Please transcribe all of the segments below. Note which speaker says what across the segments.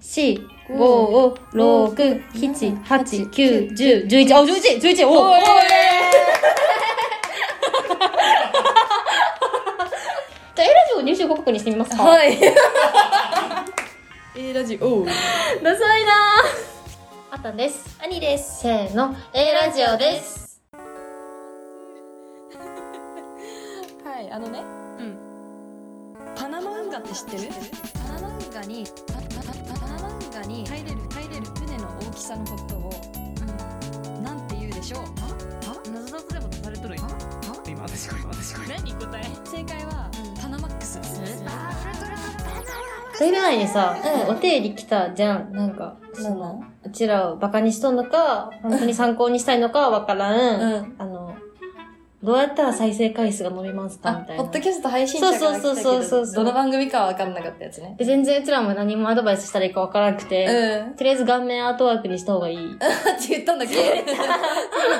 Speaker 1: 四、五、六、七、八、九、十、十一。あ、十一、十一。おお。じゃあ、エラジオを入手報告にしてみますか。い。
Speaker 2: い A ラジオ
Speaker 1: ダサいなあたです。
Speaker 2: 兄です
Speaker 1: せーの、A ラジオです。
Speaker 2: はいあのねうんパナマ運河って知ってるパナマ運河にパパパパナマ運河に入れる入れる船の大きさのことを、なんて言うでしょう
Speaker 3: 謎々でも出されとる今今私これ私これ何答え
Speaker 2: 正解は、パナマックスです
Speaker 1: それぐらいにさ、
Speaker 2: う
Speaker 1: お手入り来たじゃん。なんか、そ
Speaker 2: なん
Speaker 1: の、うちらをバカにしとんのか、本当に参考にしたいのかはわからん。
Speaker 2: うん
Speaker 1: あの、どうやったら再生回数が伸びますか
Speaker 2: あ
Speaker 1: みたい
Speaker 2: ポ
Speaker 1: な
Speaker 2: ッ。ドキャスト配信者から来たけ
Speaker 1: そうそうそうそう
Speaker 2: ど
Speaker 1: そう
Speaker 2: どの番組かは分かんなかったやつね
Speaker 1: で全然うちらも何もアドバイスしたらいいかわからなく
Speaker 2: う
Speaker 1: て、
Speaker 2: ん
Speaker 1: とりあえず顔面アートワークにした方がいい。
Speaker 2: って言ったんだっ け何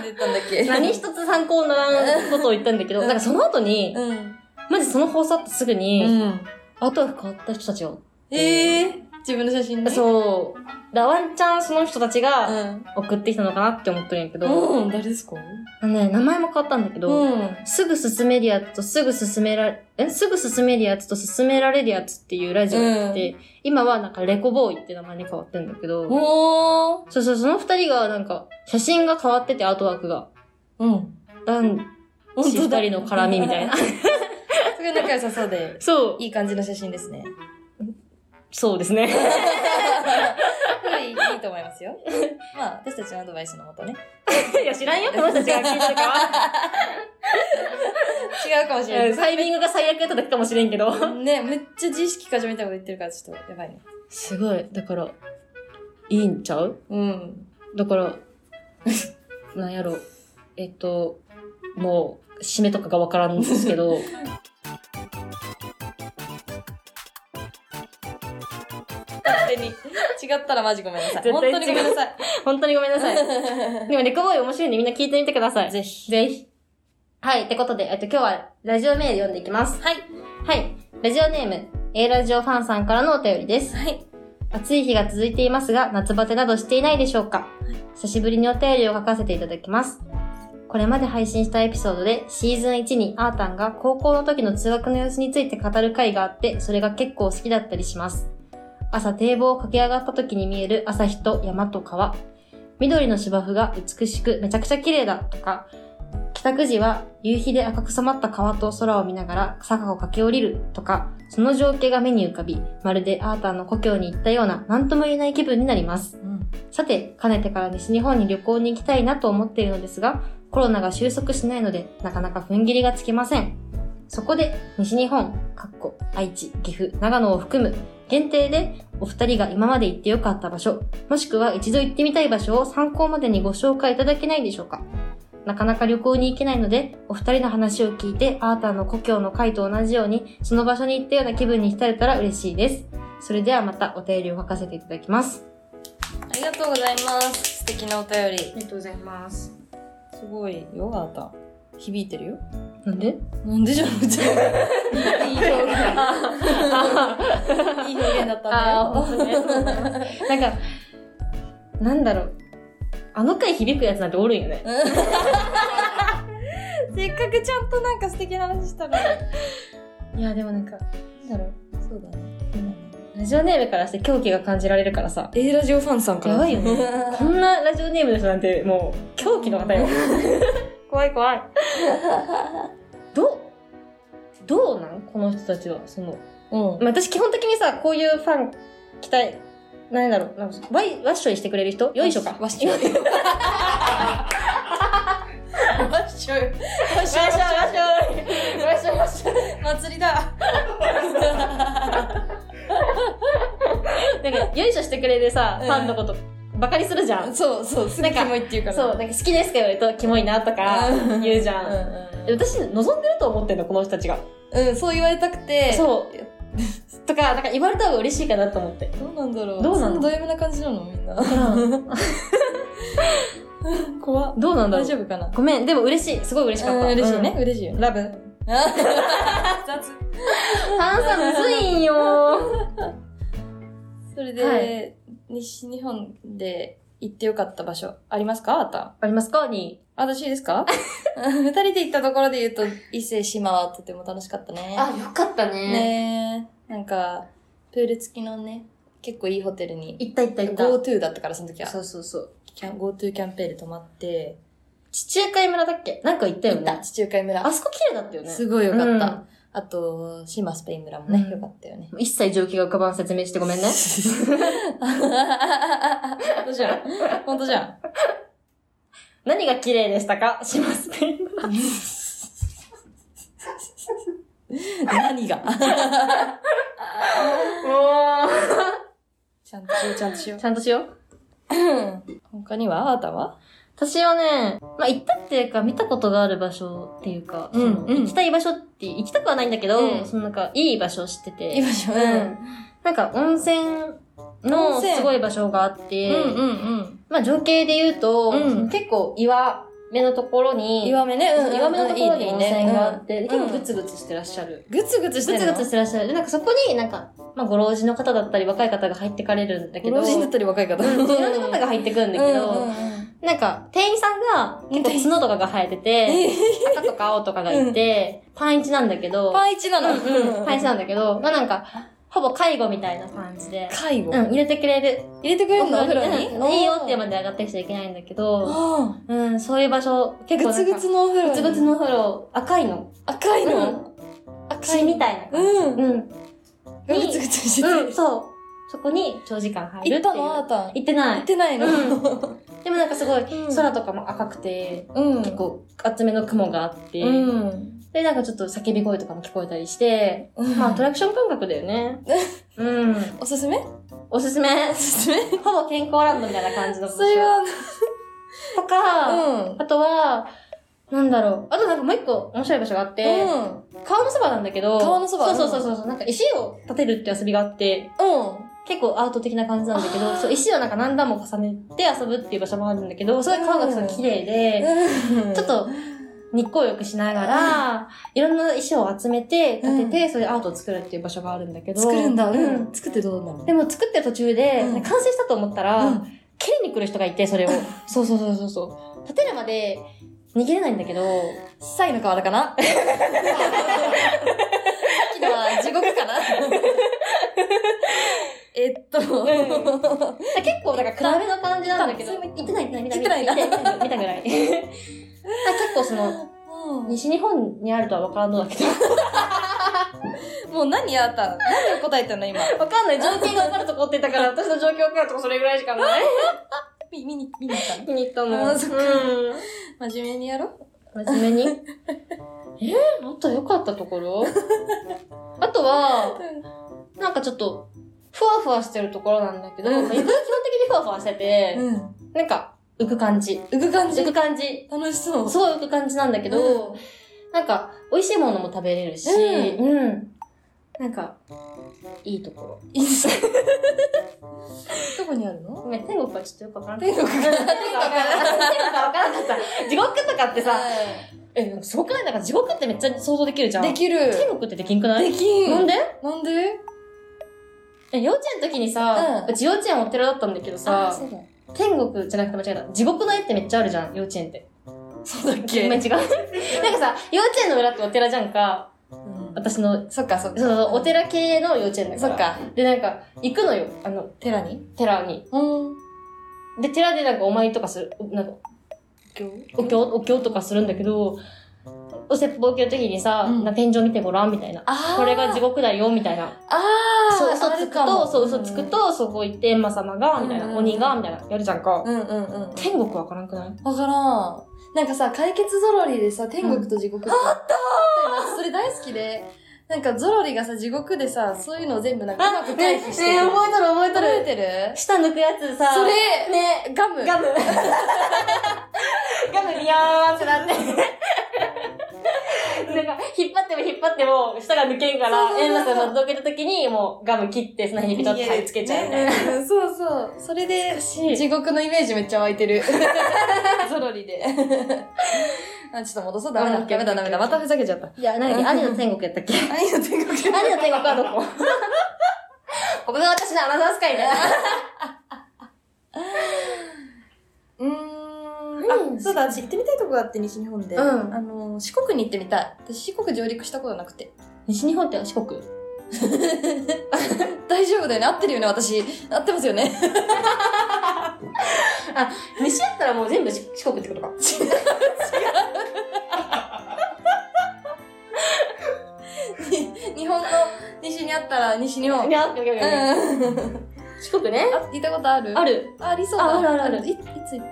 Speaker 2: で言ったんだっけ
Speaker 1: 何一つ参考にならんことを言ったんだけど、
Speaker 2: うん
Speaker 1: なんかその後に、
Speaker 2: うん、
Speaker 1: マジその放送あってすぐに、
Speaker 2: うん、
Speaker 1: アートワーク変わった人たちを。
Speaker 2: ええー、自分の写真ねう
Speaker 1: そう。だワンチャンその人たちが
Speaker 2: ん
Speaker 1: 送ってきたのかなって思ってるんやけど、
Speaker 2: うん誰ですか
Speaker 1: あのね、名前も変わったんだけど、
Speaker 2: ん
Speaker 1: すぐ進めるやつとすぐ進めら、えすぐ進めるやつと進められるやつっていうラジオやってて、今はなんかレコボーイって名前に変わってんだけど、
Speaker 2: おー
Speaker 1: そうそう、その二人がなんか写真が変わっててアートワークが。
Speaker 2: うん
Speaker 1: 男子二人の絡みみたい な。
Speaker 2: すごい仲良さそうで
Speaker 1: そう。
Speaker 2: いい感じの写真ですね
Speaker 1: そうですね。
Speaker 2: すごいいいと思いますよまあ私たちのアドバイスのもとね
Speaker 1: いや、知らんよ、この人たちが聞いてるか
Speaker 2: 違うかもしれな
Speaker 1: ら。
Speaker 2: い
Speaker 1: うんタイミングが最悪やっただけかもしれんけど。
Speaker 2: ねめっちゃ自意識過剰みたいなこと言ってるからちょっとやばいね
Speaker 1: すごい。だから、いいんちゃう
Speaker 2: うん
Speaker 1: だから、 なんやろ、えっと、もう、締めとかがわからんですけど、
Speaker 2: 勝手に違ったらマジごめんなさい
Speaker 1: 絶対違う
Speaker 2: 本当にごめんなさい
Speaker 1: 本当にごめんなさい。 でも、レコボーイ面白いんでみんな聞いてみてください。
Speaker 2: ぜひ
Speaker 1: ぜひ。はい、ってことで、えっと、今日はラジオメール読んでいきます。
Speaker 2: はい
Speaker 1: はい、ラジオネーム、A ラジオファンさんからのお便りです。
Speaker 2: はい
Speaker 1: 暑い日が続いていますが、夏バテなどしていないでしょうか久しぶりにお便りを書かせていただきます。これまで配信したエピソードで、シーズン1にあーたんが高校の時の通学の様子について語る回があって、それが結構好きだったりします。朝堤防を駆け上がった時に見える朝日と山と川。緑の芝生が美しくめちゃくちゃ綺麗だとか、帰宅時は夕日で赤く染まった川と空を見ながら坂を駆け下りるとか、その情景が目に浮かび、まるでアーターの故郷に行ったような何とも言えない気分になります。さて、かねてから西日本に旅行に行きたいなと思っているのですが、コロナが収束しないので、なかなか踏ん切りがつきません。そこで、西日本、かっこ愛知、岐阜、長野を含む、限定で、お二人が今まで行ってよかった場所、もしくは一度行ってみたい場所を参考までにご紹介いただけないでしょうかなかなか旅行に行けないので、お二人の話を聞いて、アーターの故郷の会と同じように、その場所に行ったような気分に浸れたら嬉しいです。それではまたお便りを書かせていただきます。
Speaker 2: ありがとうございます素敵なお便り
Speaker 1: ありがとうございます。
Speaker 2: すごいよあなた響いてるよ
Speaker 1: なんで
Speaker 2: なんでじゃなくていい表現いい表現 だったんだよ
Speaker 1: ああ、本当にありがとうございます。なんか、なんだろう。あの回響くやつなんておるんよね。
Speaker 2: せっかくちゃんとなんか素敵な話したのに。
Speaker 1: いや、でもなんか、なんだろう。
Speaker 2: そうだね。
Speaker 1: ラジオネームからして狂気が感じられるからさ。
Speaker 2: A ラジオファンさん
Speaker 1: から
Speaker 2: やばいよね。
Speaker 1: こんなラジオネームの人なんてもう狂気の方よ。 怖い怖い。どうどうなんこの人たちは。その、
Speaker 2: うん。
Speaker 1: まあ、私基本的にさ、こういうファン期待、なんだろう、なんかワイ、ワッショイしてくれる人よいしょか。
Speaker 2: わっしょい。わっしょい。わっしょい。わっしょい。わっしょい。わっしょい。祭りだ。
Speaker 1: なんか、よいしょしてくれるさ、
Speaker 2: うん
Speaker 1: ファンのこと、バカにするじゃん。
Speaker 2: そうそう。すぐキモいって言うから。
Speaker 1: そう、なんか好きですか言われると、キモいなとか
Speaker 2: うん
Speaker 1: 言うじ
Speaker 2: う
Speaker 1: ゃん。
Speaker 2: ん
Speaker 1: で私、望んでると思ってんの、この人たちが。
Speaker 2: うん。うん、そう言われたくて。う。
Speaker 1: そう。とか、なんか言われた方が嬉しいかなと思って。
Speaker 2: どうなんだろう。
Speaker 1: どうなの
Speaker 2: ド M な感じなのみんな。怖っ
Speaker 1: どうなんだろ
Speaker 2: 大
Speaker 1: う
Speaker 2: 丈夫かな
Speaker 1: ごめん、でも嬉しい。すごい嬉しかった。
Speaker 2: うん嬉しいね。。嬉しいよね。
Speaker 1: ラブ。
Speaker 2: 雑。
Speaker 1: ファンさんむずいんよ。
Speaker 2: それで、
Speaker 1: はい
Speaker 2: 西日本で行ってよかった場所ありますかあった。
Speaker 1: ありますかに。
Speaker 2: 私で すか二人で行ったところで言うと、伊勢島はとても楽しかったね。
Speaker 1: あ、よかったね。
Speaker 2: ねえ。なんか、プール付きのね、結構いいホテルに。
Speaker 1: 行った行った行った。
Speaker 2: GoTo だったから、その時は。
Speaker 1: そうそうそう。
Speaker 2: キャン GoTo キャンペーンで泊まって、
Speaker 1: 地中海村だっけなんか行ったよ
Speaker 2: 行
Speaker 1: ね。
Speaker 2: った、地中海村。
Speaker 1: あそこ綺麗だったよね。
Speaker 2: すごいよかった。
Speaker 1: うん
Speaker 2: あと、島スペイン村もね、
Speaker 1: うん
Speaker 2: よかったよね。
Speaker 1: 一切状況が浮かばん説明してごめんね。
Speaker 2: 本当じゃん。本当じゃん。
Speaker 1: 何が綺麗でしたかしますね。
Speaker 2: 何が
Speaker 1: も
Speaker 2: ちゃんとしよう、ちゃんとし
Speaker 1: う。
Speaker 2: よ
Speaker 1: ちゃんとしよう。
Speaker 2: う。他にはあなたは
Speaker 1: 私はね、まあ、行ったっていうか、見たことがある場所っていうか、
Speaker 2: うん
Speaker 1: その
Speaker 2: うん
Speaker 1: 行きたい場所って、行きたくはないんだけど、
Speaker 2: うん
Speaker 1: そのなんか、いい場所を知ってて。
Speaker 2: 今しょ。
Speaker 1: うん。なんか、温泉
Speaker 2: 温
Speaker 1: の
Speaker 2: 泉
Speaker 1: すごい場所があって、
Speaker 2: うんうん
Speaker 1: まあ、情景で言うと、
Speaker 2: うん
Speaker 1: その結構岩目のところ
Speaker 2: う
Speaker 1: に、
Speaker 2: ん。岩目ね。うん。
Speaker 1: 岩目のところ
Speaker 2: い
Speaker 1: に
Speaker 2: い
Speaker 1: 温
Speaker 2: ね
Speaker 1: 泉があって、
Speaker 2: いいね
Speaker 1: で
Speaker 2: うん
Speaker 1: 結構グツグツしてらっしゃる。
Speaker 2: ぐつぐつして
Speaker 1: グ
Speaker 2: る
Speaker 1: ツ
Speaker 2: の。
Speaker 1: グツしてらっしゃる。で、なんかそこになんか、まあ、ご老人の方だったり若い方が入ってかれるんだけど、
Speaker 2: 老人だったり若い方。
Speaker 1: うんいろんな方が入ってくるんだけど、
Speaker 2: うんうんうん
Speaker 1: なんか、店員さんが、結構角とかが生えてて、
Speaker 2: え
Speaker 1: 赤とか青とかがいて、パンイチなんだけど、
Speaker 2: パンイチなの。
Speaker 1: うんパンイチなんだけど、まあなんか、ほぼ介護みたいな感じで、
Speaker 2: 介護。
Speaker 1: うん、
Speaker 2: 入
Speaker 1: 入れてくれる。
Speaker 2: れてくれるのお風呂に
Speaker 1: うんいいよってまで上がってきちゃいけないんだけど、
Speaker 2: あ
Speaker 1: うん、そういう場所、
Speaker 2: あ。
Speaker 1: 結構
Speaker 2: ぐ
Speaker 1: な
Speaker 2: つ
Speaker 1: んか、
Speaker 2: ぐつのお風呂に。
Speaker 1: グツグツのお風呂、赤いの。
Speaker 2: 赤いの。
Speaker 1: 赤いみたいな。
Speaker 2: うん。
Speaker 1: うん。
Speaker 2: ぐつぐつして
Speaker 1: う
Speaker 2: て
Speaker 1: ん、。そう。そこに長時間入る
Speaker 2: 行
Speaker 1: っい
Speaker 2: ってた
Speaker 1: う。
Speaker 2: のあなた。行
Speaker 1: 行ってな
Speaker 2: っ
Speaker 1: い。
Speaker 2: てないの。
Speaker 1: でもなんかすごい、
Speaker 2: うん
Speaker 1: 空とかも赤くて、
Speaker 2: うん。
Speaker 1: 結構厚めの雲があって、
Speaker 2: うん。
Speaker 1: で、なんかちょっと叫び声とかも聞こえたりして、
Speaker 2: うん
Speaker 1: まあアトラクション感覚だよ ね。うん。
Speaker 2: おすすめ
Speaker 1: おすすめ。 おすすめほぼ健康ランドみたいな感じの場所
Speaker 2: それは、
Speaker 1: とか、
Speaker 2: うん。
Speaker 1: あとは、なんだろう。あとなんかもう一個面白い場所があって、
Speaker 2: うん。
Speaker 1: 川のそばなんだけど、
Speaker 2: 川のそば
Speaker 1: そうそうそうそう。なんか石を立てるって遊びがあって、
Speaker 2: うん。
Speaker 1: 結構アート的な感じなんだけ
Speaker 2: あ
Speaker 1: ど、
Speaker 2: ー
Speaker 1: そう、石をなんか何段も重ねて遊ぶっていう場所もあるんだけど、それ川がすごい綺麗で、ちょっと日光浴しながら、いろんな石を集めて、立てて、それでアートを作るっていう場所があるんだけど。
Speaker 2: 作るんだ。
Speaker 1: う
Speaker 2: うんん。。作ってどうなるの
Speaker 1: でも作ってる途中で、
Speaker 2: う
Speaker 1: 完
Speaker 2: ん
Speaker 1: 成したと思ったら、
Speaker 2: うん
Speaker 1: 蹴りに来る人がいて、それを。そうそうそうそうそう。立てるまで逃げれないんだけど、
Speaker 2: サイの河原か なさっきのは地獄かなえっと、
Speaker 1: 結構なんか暗めの感じなんだけど、行ってない行ってない見た
Speaker 2: 行ってないな
Speaker 1: 見た見た見たぐらい。結構その、
Speaker 2: うん
Speaker 1: 西日本にあるとは分からんのだけど。
Speaker 2: もう何あった何を答えたの今。
Speaker 1: わかんない。情景が分かるとこって言ったから、私の状況分かるとこそれぐらいしかない。
Speaker 2: 見見に、見に行ったの
Speaker 1: 気に入った
Speaker 2: の
Speaker 1: の。うん。
Speaker 2: 真面目にやろ
Speaker 1: 真面目に えー、もっと良かったとこ ろあとは、なんかちょっと、ふわふわしてるところなんだけど、
Speaker 2: うん
Speaker 1: まあ床が基本的にふわふわしてて、
Speaker 2: うん。
Speaker 1: なんか、浮く感じ。
Speaker 2: 浮く感じ
Speaker 1: 浮。く感じ。
Speaker 2: 楽しそう。
Speaker 1: すごい浮く感じなんだけど、
Speaker 2: うん
Speaker 1: なんか、美味しいものも食べれるし、
Speaker 2: う
Speaker 1: うん。なんか、いいところ。
Speaker 2: いいです。 どこにあるの
Speaker 1: ごめん、天国はちょっとよくわからなか
Speaker 2: 天
Speaker 1: った。
Speaker 2: 国
Speaker 1: 天国はわからなかった。天国はわからなかった。地獄とかってさ、え、なんかすごくないなんか地獄ってめっちゃ想像できるじゃん。
Speaker 2: できる。
Speaker 1: 天国ってできんくない
Speaker 2: できん。
Speaker 1: なんで
Speaker 2: なんで
Speaker 1: え幼稚園の時にさ、
Speaker 2: う
Speaker 1: うんち幼稚園お寺だったんだけどさ、
Speaker 2: そうだ。
Speaker 1: 天国じゃなくて間違えた。地獄の絵ってめっちゃあるじゃん、幼稚園って。
Speaker 2: そうだっ
Speaker 1: ごめん、
Speaker 2: け
Speaker 1: 違う。なんかさ、幼稚園の裏ってお寺じゃんか。私の、
Speaker 2: そっかそっか。
Speaker 1: そうそう、お寺系の幼稚園だか
Speaker 2: そ
Speaker 1: ら。
Speaker 2: っ。か。
Speaker 1: で、なんか、行くのよ、あの、
Speaker 2: 寺に
Speaker 1: 寺に。
Speaker 2: うん。
Speaker 1: で、寺でなんかお参りとかする、なんか、お経、お経とかするんだけど、お説法受ける時にさ、
Speaker 2: うん
Speaker 1: な天井見てごらん、みたいな。
Speaker 2: あー
Speaker 1: これが地獄だよ、みたいな。
Speaker 2: ああ
Speaker 1: そう、嘘つくと、そう、嘘つく。と、そこ行って、エンマ様が、みたい
Speaker 2: うん
Speaker 1: な、
Speaker 2: うん
Speaker 1: 鬼が、みたいな、やるじゃんか。
Speaker 2: うんうんうん。わ
Speaker 1: 天国わからんくない
Speaker 2: からん。なんかさ、解決ゾロリでさ、天国と地獄って、あったーそれ大好きで、なんかゾロリがさ、地獄でさ、そういうのを全部なんかうまく回避してる。
Speaker 1: えとる覚え
Speaker 2: 覚えてる
Speaker 1: 舌抜くやつさ、
Speaker 2: それ、ね、ガム。
Speaker 1: ガム。ガムビヨーンってなって。 なんか、引っ張っても引っ張っても、舌が抜けんか
Speaker 2: そう
Speaker 1: ら、
Speaker 2: そう
Speaker 1: エ
Speaker 2: そう
Speaker 1: ンマ様どけた時に、もうガム切って、その辺にピタッと貼り付けちゃうみたいな。
Speaker 2: ねうんそうそう。それで、地獄のイメージめっちゃ湧いてる。 ゾロリで。 あ、ちょっと戻そう。ダメだ。
Speaker 1: うん
Speaker 2: ダメだ、ダメだ。またふざけちゃった。
Speaker 1: いや、なに、兄の天国やったっけ
Speaker 2: 愛の天国。
Speaker 1: 兄の天国はどこごめん、私のアナザースカイね。
Speaker 2: うーん。あ、そうだ、私行ってみたいとこがあって、西日本で。
Speaker 1: うん
Speaker 2: あの、四国に行ってみたい。私、四国上陸したことなくて。
Speaker 1: 西日本って四国
Speaker 2: 大丈夫だよね合ってるよね私。合ってますよね。
Speaker 1: 西だったらもう全部四四国ってことか。
Speaker 2: 日本の西にあったら西日本。う
Speaker 1: い
Speaker 2: ん。
Speaker 1: や、オッケーオッケーオッケー四国ね。
Speaker 2: あ、行ったことある
Speaker 1: あ。る。
Speaker 2: あ、ありそうだ。
Speaker 1: ああるあるある
Speaker 2: いいつ行ったの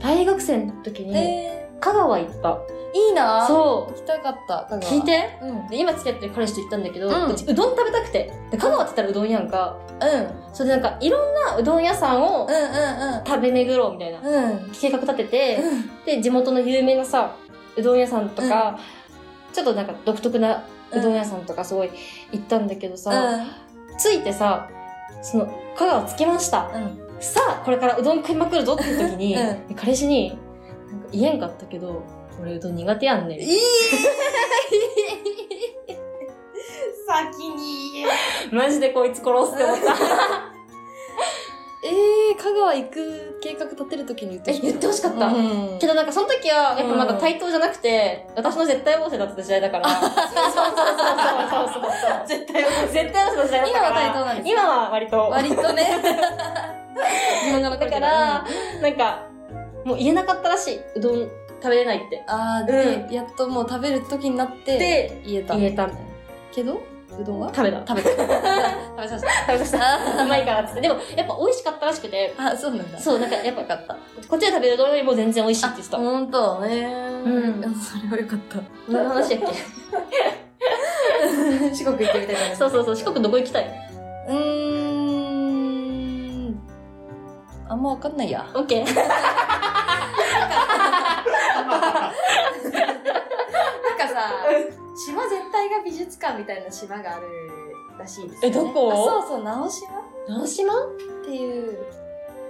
Speaker 1: 大学生の時に、
Speaker 2: え
Speaker 1: 香川行った。
Speaker 2: ー、いいなう。
Speaker 1: そ
Speaker 2: 行きたかった。香
Speaker 1: う。
Speaker 2: 川
Speaker 1: 聞い。て。
Speaker 2: うん。うん。
Speaker 1: で、今付き合ってる彼氏と行ったんだけど、
Speaker 2: うん
Speaker 1: うちうどん食べたくて。で、香川って言ったらうどんやんか。それでなんか、いろんなうどん屋さんを
Speaker 2: う
Speaker 1: 食べ巡ろうみたいな。
Speaker 2: んうんうん。うん。
Speaker 1: 計画立てて、で、地元の有名なさ、うどん屋さんとか、ちょっとなんか独特なうどん屋さんとかすごい行ったんだけどさ、着いてさ、その、香川着きました。
Speaker 2: うん。
Speaker 1: さあこれからうどん食いまくるぞって時に、
Speaker 2: う
Speaker 1: 彼氏に「なんか言えんかったけど俺うどん苦手やんねん」
Speaker 2: いい先に言え。
Speaker 1: マジでこいつ殺すって思った
Speaker 2: えー、香川行く計画立てるときに言って
Speaker 1: え言ってほしかった、
Speaker 2: うん
Speaker 1: けどなんかその時はやっぱまだ
Speaker 2: うん
Speaker 1: 対等じゃなくて、私の絶対王政だった時代だからそうそうそうそうそう絶対王政絶対王政の時代だったから
Speaker 2: 今は対等なんです
Speaker 1: 今は割と
Speaker 2: 割とね。 自分が残
Speaker 1: だ
Speaker 2: る
Speaker 1: か
Speaker 2: けど
Speaker 1: ら
Speaker 2: うん、
Speaker 1: なんかもう言えなかったらしいうどん食べれないって
Speaker 2: あー、で、やっともう食べる時になって、
Speaker 1: で
Speaker 2: 言えた。
Speaker 1: 言えたみたいな
Speaker 2: けど、うどんは
Speaker 1: 食べた食
Speaker 2: 食べた。食べさせた。
Speaker 1: べさせた
Speaker 2: あ
Speaker 1: うまいからっつってでもやっぱ美味しかったらしくて
Speaker 2: あ、そうなんだ。
Speaker 1: そう、なんかやっぱ
Speaker 2: よかった。
Speaker 1: こっちで食べるどれよりも全然美味しいって言ってた。
Speaker 2: ほんと、えー。
Speaker 1: うん
Speaker 2: うん。それはよか った。
Speaker 1: 何の話だっけ
Speaker 2: 四国行ってみたいな
Speaker 1: そうそうそう、四国どこ行きたいう
Speaker 2: ーん。あんまわかんないや。
Speaker 1: オッケー。
Speaker 2: なんかさ、島全体が美術館みたいな島があるらしいですよ、ね。
Speaker 1: えどこ
Speaker 2: あそうそう、直島っ
Speaker 1: 直島
Speaker 2: ていう。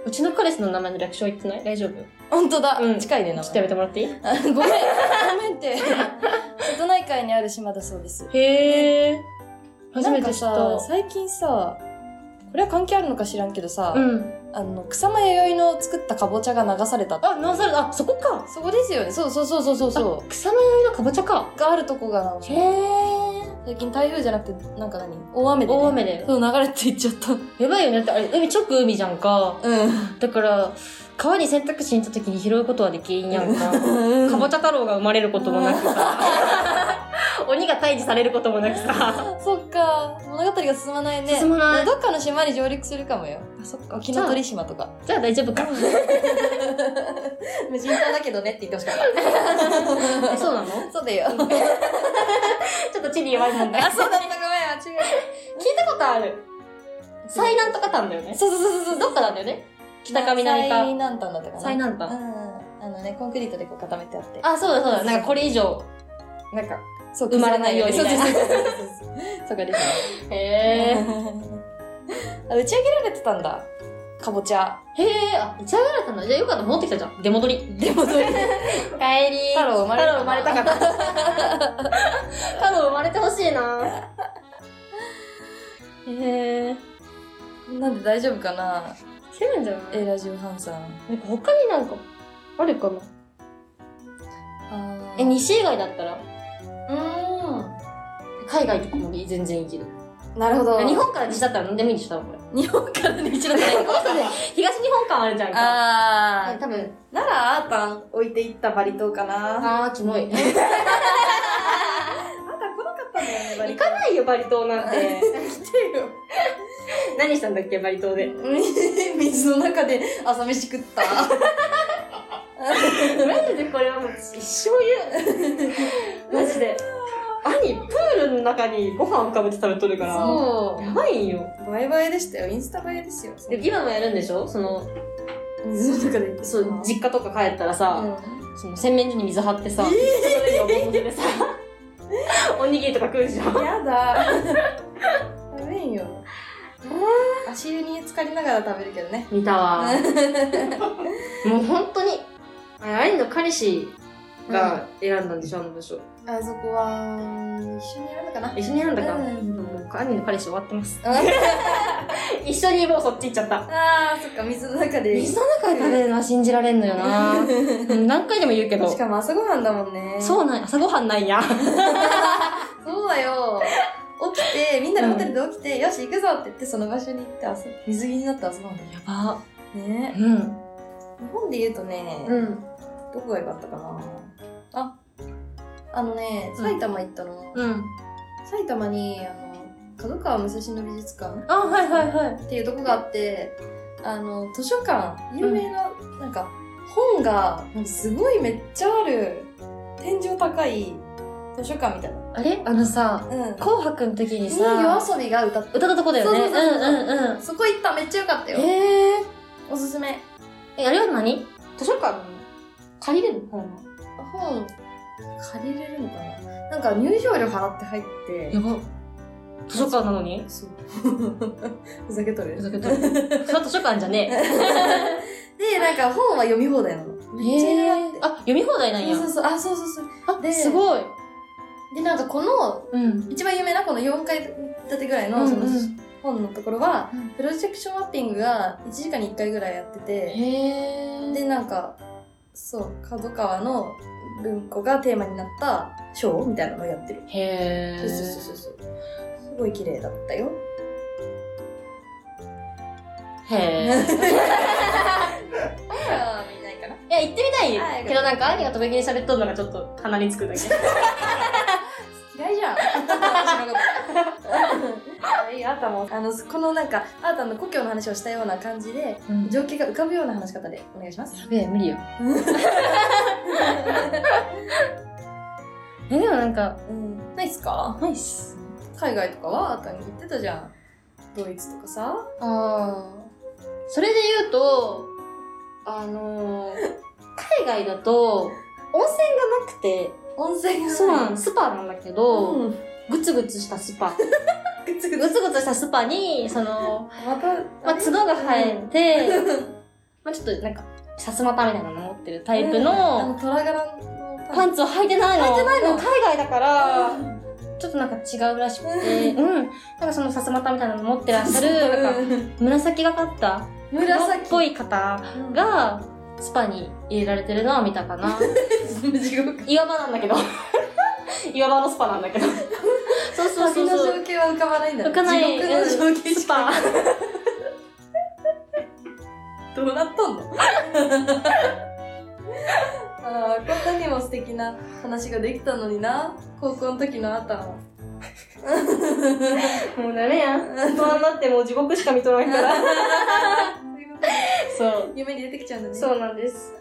Speaker 1: うちの彼氏の名前の略称言ってない大丈夫ちょ
Speaker 2: 本当だ、
Speaker 1: うん
Speaker 2: 近いね、
Speaker 1: っ
Speaker 2: な
Speaker 1: とやめてもらっていい
Speaker 2: あごめん、ごめんって。 瀬戸内海にある島だそうです。
Speaker 1: へえ。初めて知っ
Speaker 2: なんか
Speaker 1: た
Speaker 2: さ、。最近さ、これは関係あるのか知らんけどさ、
Speaker 1: うん。
Speaker 2: あの、草間弥生の作ったかぼちゃが流されたって。
Speaker 1: あ、直された。あ、そこか。
Speaker 2: そこですよね。そうそうそうそうそうそ
Speaker 1: 草間弥生のかぼちゃか。
Speaker 2: う。があるとこが直島
Speaker 1: へえ。
Speaker 2: 最近台風じゃなくて、なんか何大雨で、ね。
Speaker 1: 大雨で
Speaker 2: そう、流れていっちゃった。う
Speaker 1: やばいよね。だってあれ、海直海じゃんか。
Speaker 2: ん。
Speaker 1: だから、川に洗濯しに行った時に拾うことはできんやん か。かぼちゃ太郎が生まれることもなくさ。 鬼が退治されることもなくさ。
Speaker 2: そっか。物語が進まないね。
Speaker 1: 進まない
Speaker 2: どっかの島に上陸するかもよ。あ、そっか。沖ノ鳥島とか。
Speaker 1: じゃあ大丈夫か。
Speaker 2: 無人島だけどねって言ってほしかっ
Speaker 1: えそうなの
Speaker 2: た。 そうだよ。
Speaker 1: ちょっと地理弱い もんね。
Speaker 2: あ、そうだった。ごめん。あ、違う。
Speaker 1: 聞いたことある。最南とかたんだよね。
Speaker 2: そうそうそうそう。
Speaker 1: どっかなんだよね。北か南か
Speaker 2: 最南端だったかな。
Speaker 1: 最南端
Speaker 2: うん。あのね、コンクリートでこう固めてあって。
Speaker 1: あ、そうだそうだ。なんかこれ以上。なんか。
Speaker 2: そう
Speaker 1: 生まれないように
Speaker 2: そうそう
Speaker 1: ね
Speaker 2: そうそう そう。そうかです
Speaker 1: へ
Speaker 2: ね。 あ打ち上げられてたんだ。かぼちゃ。
Speaker 1: え。へえ。あ、打ち上げられたんだ。じゃあよかった。戻ってきたじゃん。出戻り。
Speaker 2: で もそれ、
Speaker 1: 帰り。
Speaker 2: 太郎生まれた
Speaker 1: 太郎生まれたかった。 太郎生まれてほしいな。へえ。
Speaker 2: なんで大丈夫かな
Speaker 1: セブンじゃない
Speaker 2: え、ラジオハンさん。
Speaker 1: なんか他になんか、あるかな。え、
Speaker 2: え、に、
Speaker 1: 西以外だったら
Speaker 2: う
Speaker 1: 海外とかも全然いける。
Speaker 2: ん。なるほど。
Speaker 1: 日本から西だったら何でもいいんでしょ、多分これ。
Speaker 2: 日本からの一路 じゃない
Speaker 1: この人ね東日本感あるじゃんか。
Speaker 2: あ
Speaker 1: 多分、
Speaker 2: ー。なら、あーたん置いていったバリ島かな。
Speaker 1: あー、キモい。行
Speaker 2: あーたん来なかったんだよね、バ
Speaker 1: かないよ、バリ島なんて。
Speaker 2: 来てよ。
Speaker 1: 何したんだっけ、バリ島で。
Speaker 2: 水の中で朝飯食った。
Speaker 1: マジでこれはもう一生 言う。マジで。兄、プールの中にご飯浮かべて食べとるから。
Speaker 2: そ
Speaker 1: やばいんよ。
Speaker 2: う。バイバイでしたよ。インスタ映えですよ。
Speaker 1: で今もやるんでしょその、
Speaker 2: 水の中で。
Speaker 1: そう、実家とか帰ったら
Speaker 2: う
Speaker 1: さ、
Speaker 2: ん。
Speaker 1: その洗面所に水張ってさ、その上にお水で さ、おにぎりとか食うじゃん。
Speaker 2: やだ。食べんよ。足湯に浸かりながら食べるけどね。
Speaker 1: 見たわ。 もう本当に、あれ、兄の彼氏が選んだんでしょ、あの場所。
Speaker 2: あそこは、一緒にやるのかな
Speaker 1: 一緒に選んだか。
Speaker 2: うん
Speaker 1: もうもうアニメの彼氏終わってます。
Speaker 2: あ
Speaker 1: 一緒にもうそっち行っちゃった。
Speaker 2: あー、そっか、水の中で。
Speaker 1: 水の中で食べるのは信じられんのよなうん何回でも言うけど。
Speaker 2: しかも朝ごはんだもんね。
Speaker 1: そうなん、朝ごはんなんや。
Speaker 2: そうだよ。起きて、みんなでホテルで起きて、よし、行くぞって言って、その場所に行って遊ぶ、水着になって遊ぶんだよ。
Speaker 1: あ、
Speaker 2: ね
Speaker 1: うん。
Speaker 2: 日本で言うとね、
Speaker 1: うん。
Speaker 2: どこが良かったかなあ、あのね、埼玉行ったの。
Speaker 1: うん。
Speaker 2: 埼玉に、あの、角川武蔵野美術館
Speaker 1: あ、はいはいはい。
Speaker 2: っていうとこがあって、あの、図書館、有名な、なんか、本が、すごいめっちゃある、天井高い図書館みたいな。
Speaker 1: あれあのさ、
Speaker 2: うん。
Speaker 1: 紅白の時に
Speaker 2: に
Speaker 1: さ、
Speaker 2: 夜遊びが歌って
Speaker 1: 歌ったとこだよね。
Speaker 2: そうそうそうそうん
Speaker 1: うん
Speaker 2: そこ行っためっちゃ良かった
Speaker 1: うん。
Speaker 2: よ、
Speaker 1: へー
Speaker 2: おすすめ
Speaker 1: え、あれは何
Speaker 2: 図書館
Speaker 1: 借りれる本
Speaker 2: の本借りれるのかななんか入場料払って入って
Speaker 1: やば。図書館なのに
Speaker 2: そう ふざけとる
Speaker 1: ふざけとるそれは図書館じゃね
Speaker 2: でなんか本は読み放題なの
Speaker 1: え。
Speaker 2: めっちゃいいなって
Speaker 1: あ、読み放題なんや
Speaker 2: そう。そうそうあそうそうそう
Speaker 1: あ、
Speaker 2: です
Speaker 1: ごい。
Speaker 2: でなんかこの
Speaker 1: うん。
Speaker 2: 一番有名なこの4階建てぐらいの
Speaker 1: うん
Speaker 2: その
Speaker 1: うん
Speaker 2: 本のところは、
Speaker 1: うん
Speaker 2: プロジェクションマッピングが1時間に1回ぐらいやってて
Speaker 1: へー
Speaker 2: でなんかそう角川の文庫がテーマになったショーみたいなのをやってる
Speaker 1: へ
Speaker 2: そうそう
Speaker 1: ー
Speaker 2: そうそうすごい綺麗だったよ
Speaker 1: へー
Speaker 2: あ見ないかな
Speaker 1: や、
Speaker 2: い
Speaker 1: 行ってみた
Speaker 2: あ
Speaker 1: い
Speaker 2: よかった
Speaker 1: けどなんか、兄がとべきに喋っとんのがちょっと鼻につくだけ。
Speaker 2: 嫌いじゃんいいあーた もあのこのなんかあーたの故郷の話をしたような感じで
Speaker 1: うん
Speaker 2: 情景が浮かぶような話し方でお願いします
Speaker 1: やべえ、無理よ。え、でもなんか、
Speaker 2: うんないっすか
Speaker 1: ナイス。
Speaker 2: 海外とかはあーたに行ってたじゃんドイツとかさ
Speaker 1: ああ。それで言うと、あのー、海外だと、温泉がなくて、
Speaker 2: 温泉が
Speaker 1: そうなの、スパなんだけど、
Speaker 2: うん
Speaker 1: ぐつぐつしたス パ。
Speaker 2: ぐつぐ
Speaker 1: ぐ
Speaker 2: つ
Speaker 1: つぐつしたスパに、その、
Speaker 2: また
Speaker 1: まあ、
Speaker 2: あれ
Speaker 1: 角が生えて、まあ、ちょっとなんか、さすまたみたいなの持ってるタイプ
Speaker 2: あの
Speaker 1: の、
Speaker 2: トラ柄の
Speaker 1: パンツを履いてないの。
Speaker 2: 履いてないの
Speaker 1: でも海外だから、ちょっとなんか違うらしくて、うん。なんかそのさすまたみたいなの持ってらっしゃる、なんか、
Speaker 2: うん
Speaker 1: 紫がかった、
Speaker 2: 紫
Speaker 1: っぽい方
Speaker 2: が
Speaker 1: が、スパに入れられてるのは見たか な。
Speaker 2: 地獄
Speaker 1: 岩場なんだけど。 岩場のスパなんだ けど。そうそうそう
Speaker 2: 旅
Speaker 1: そう。
Speaker 2: の情景は浮かばないんだね
Speaker 1: 浮かない。
Speaker 2: 地獄の情景
Speaker 1: うん
Speaker 2: し
Speaker 1: ス
Speaker 2: か
Speaker 1: パ。
Speaker 2: どうなっとんの ああこんなにも素敵な話ができたのにな高校の時のあ ーたは
Speaker 1: もうダメやん。大人になってもう地獄しか見とらんから。そう。
Speaker 2: 夢に出てきちゃうんだね
Speaker 1: そうなんです。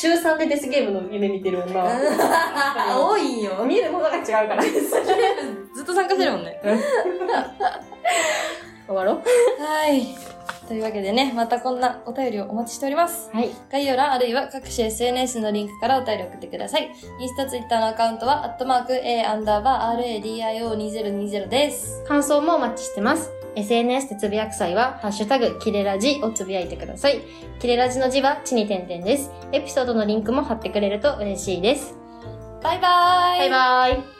Speaker 1: 週3でデスゲームの夢見てる女は。
Speaker 2: 多いんよ
Speaker 1: 見えるものが違う から。
Speaker 2: ずっと参加してるもんね
Speaker 1: 終わろう。
Speaker 2: はいというわけでねまたこんなお便りをお待ちしております
Speaker 1: はい。
Speaker 2: 概要欄あるいは各種 SNS のリンクからお便り送ってください。インスタ、ツイッターのアカウントは、アットマーク A アンダーバー RADIO2020 です。
Speaker 1: 感想もお待ちしてます。SNS でつぶやく際は、ハッシュタグ、キレラジをつぶやいてください。キレラジの字は、地に点々です。エピソードのリンクも貼ってくれると嬉しいです。
Speaker 2: バイバーイ
Speaker 1: バイバイ。